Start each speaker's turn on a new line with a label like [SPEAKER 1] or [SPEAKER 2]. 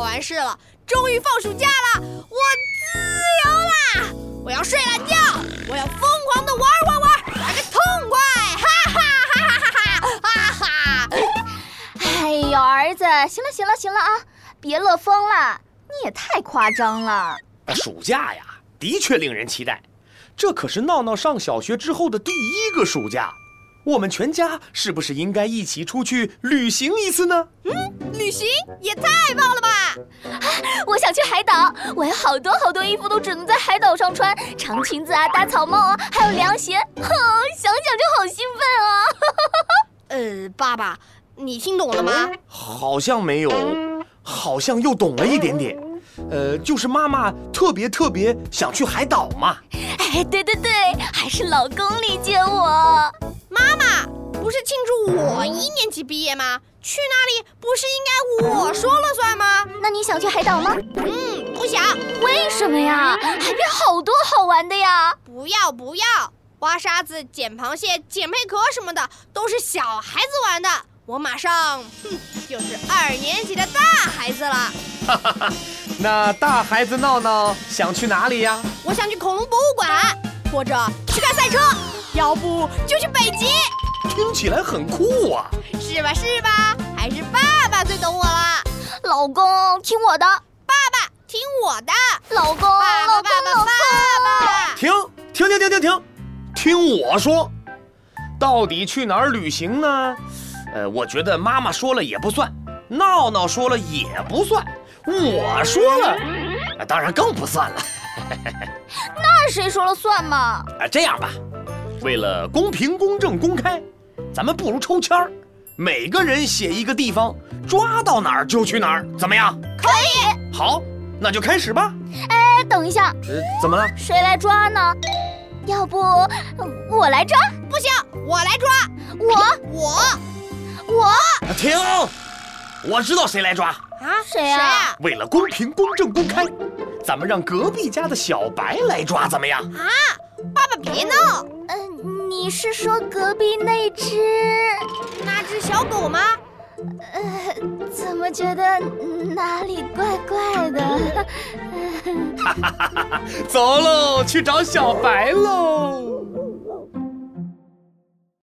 [SPEAKER 1] 完事了，终于放暑假了，我自由啦！我要睡懒觉，我要疯狂的玩玩玩，玩个痛快！哈哈哈哈哈哈哈哈！
[SPEAKER 2] 哎呦，儿子，行了行了行了啊，别乐疯了，你也太夸张了。
[SPEAKER 3] 暑假呀，的确令人期待，这可是闹闹上小学之后的第一个暑假。我们全家是不是应该一起出去旅行一次呢？
[SPEAKER 1] 旅行也太棒了吧！
[SPEAKER 2] 啊我想去海岛，我有好多好多衣服都只能在海岛上穿，长裙子啊，大草帽啊，还有凉鞋，哼，想想就好兴奋 啊！
[SPEAKER 1] 呃，爸爸，你听懂了吗？
[SPEAKER 3] 好像没有，好像又懂了一点点。呃，就是妈妈特别特别想去海岛嘛。
[SPEAKER 2] 哎，对对对，还是老公理解我。
[SPEAKER 1] 妈妈，不是庆祝我一年级毕业吗？去那里不是应该我说了算吗？
[SPEAKER 2] 那你想去海岛吗？
[SPEAKER 1] 嗯，不想，
[SPEAKER 2] 为什么呀？
[SPEAKER 1] 嗯
[SPEAKER 2] 海边好多好玩的呀！
[SPEAKER 1] 不要，不要！挖沙子、捡螃蟹、捡贝壳什么的，都是小孩子玩的。我马上，哼，就是二年级的大孩子了。
[SPEAKER 3] 那大孩子闹闹想去哪里呀？
[SPEAKER 1] 我想去恐龙博物馆，或者去看赛车，要不就去北极，
[SPEAKER 3] 听起来很酷啊！
[SPEAKER 1] 是吧？是吧？还是爸爸最懂我了。
[SPEAKER 2] 老公，听我的，
[SPEAKER 1] 爸，听我的，
[SPEAKER 2] 老公，
[SPEAKER 1] 爸爸，
[SPEAKER 2] 老公，
[SPEAKER 1] 爸
[SPEAKER 2] 老
[SPEAKER 1] 爸，
[SPEAKER 2] 公。
[SPEAKER 1] 爸爸。
[SPEAKER 3] 停停停停停停，听我说，到底去哪儿旅行呢？呃，我觉得妈妈说了也不算，闹闹说了也不算，我说了，呃当然更不算了。
[SPEAKER 2] 那谁说了算嘛？
[SPEAKER 3] 啊，这样吧，为了公平、公正、公开，咱们不如抽签儿，每个人写一个地方，抓到哪儿就去哪儿，怎么样？可以。好，那就开始吧。
[SPEAKER 2] 哎，等一下，
[SPEAKER 3] 呃，怎么了？
[SPEAKER 2] 谁来抓呢？要不呃我来抓，
[SPEAKER 1] 不行，我来抓，
[SPEAKER 2] 我
[SPEAKER 1] 我
[SPEAKER 2] 我
[SPEAKER 3] 停！我知道谁来抓。
[SPEAKER 1] 啊，
[SPEAKER 2] 谁呀
[SPEAKER 1] 啊？
[SPEAKER 3] 为了公平、公正、公开，咱们让隔壁家的小白来抓，怎么样？
[SPEAKER 1] 啊爸爸别闹，
[SPEAKER 2] 呃，你是说隔壁那只？
[SPEAKER 1] 那只小狗吗？
[SPEAKER 2] 怎么觉得哪里怪怪的？
[SPEAKER 3] 走喽，去找小白喽。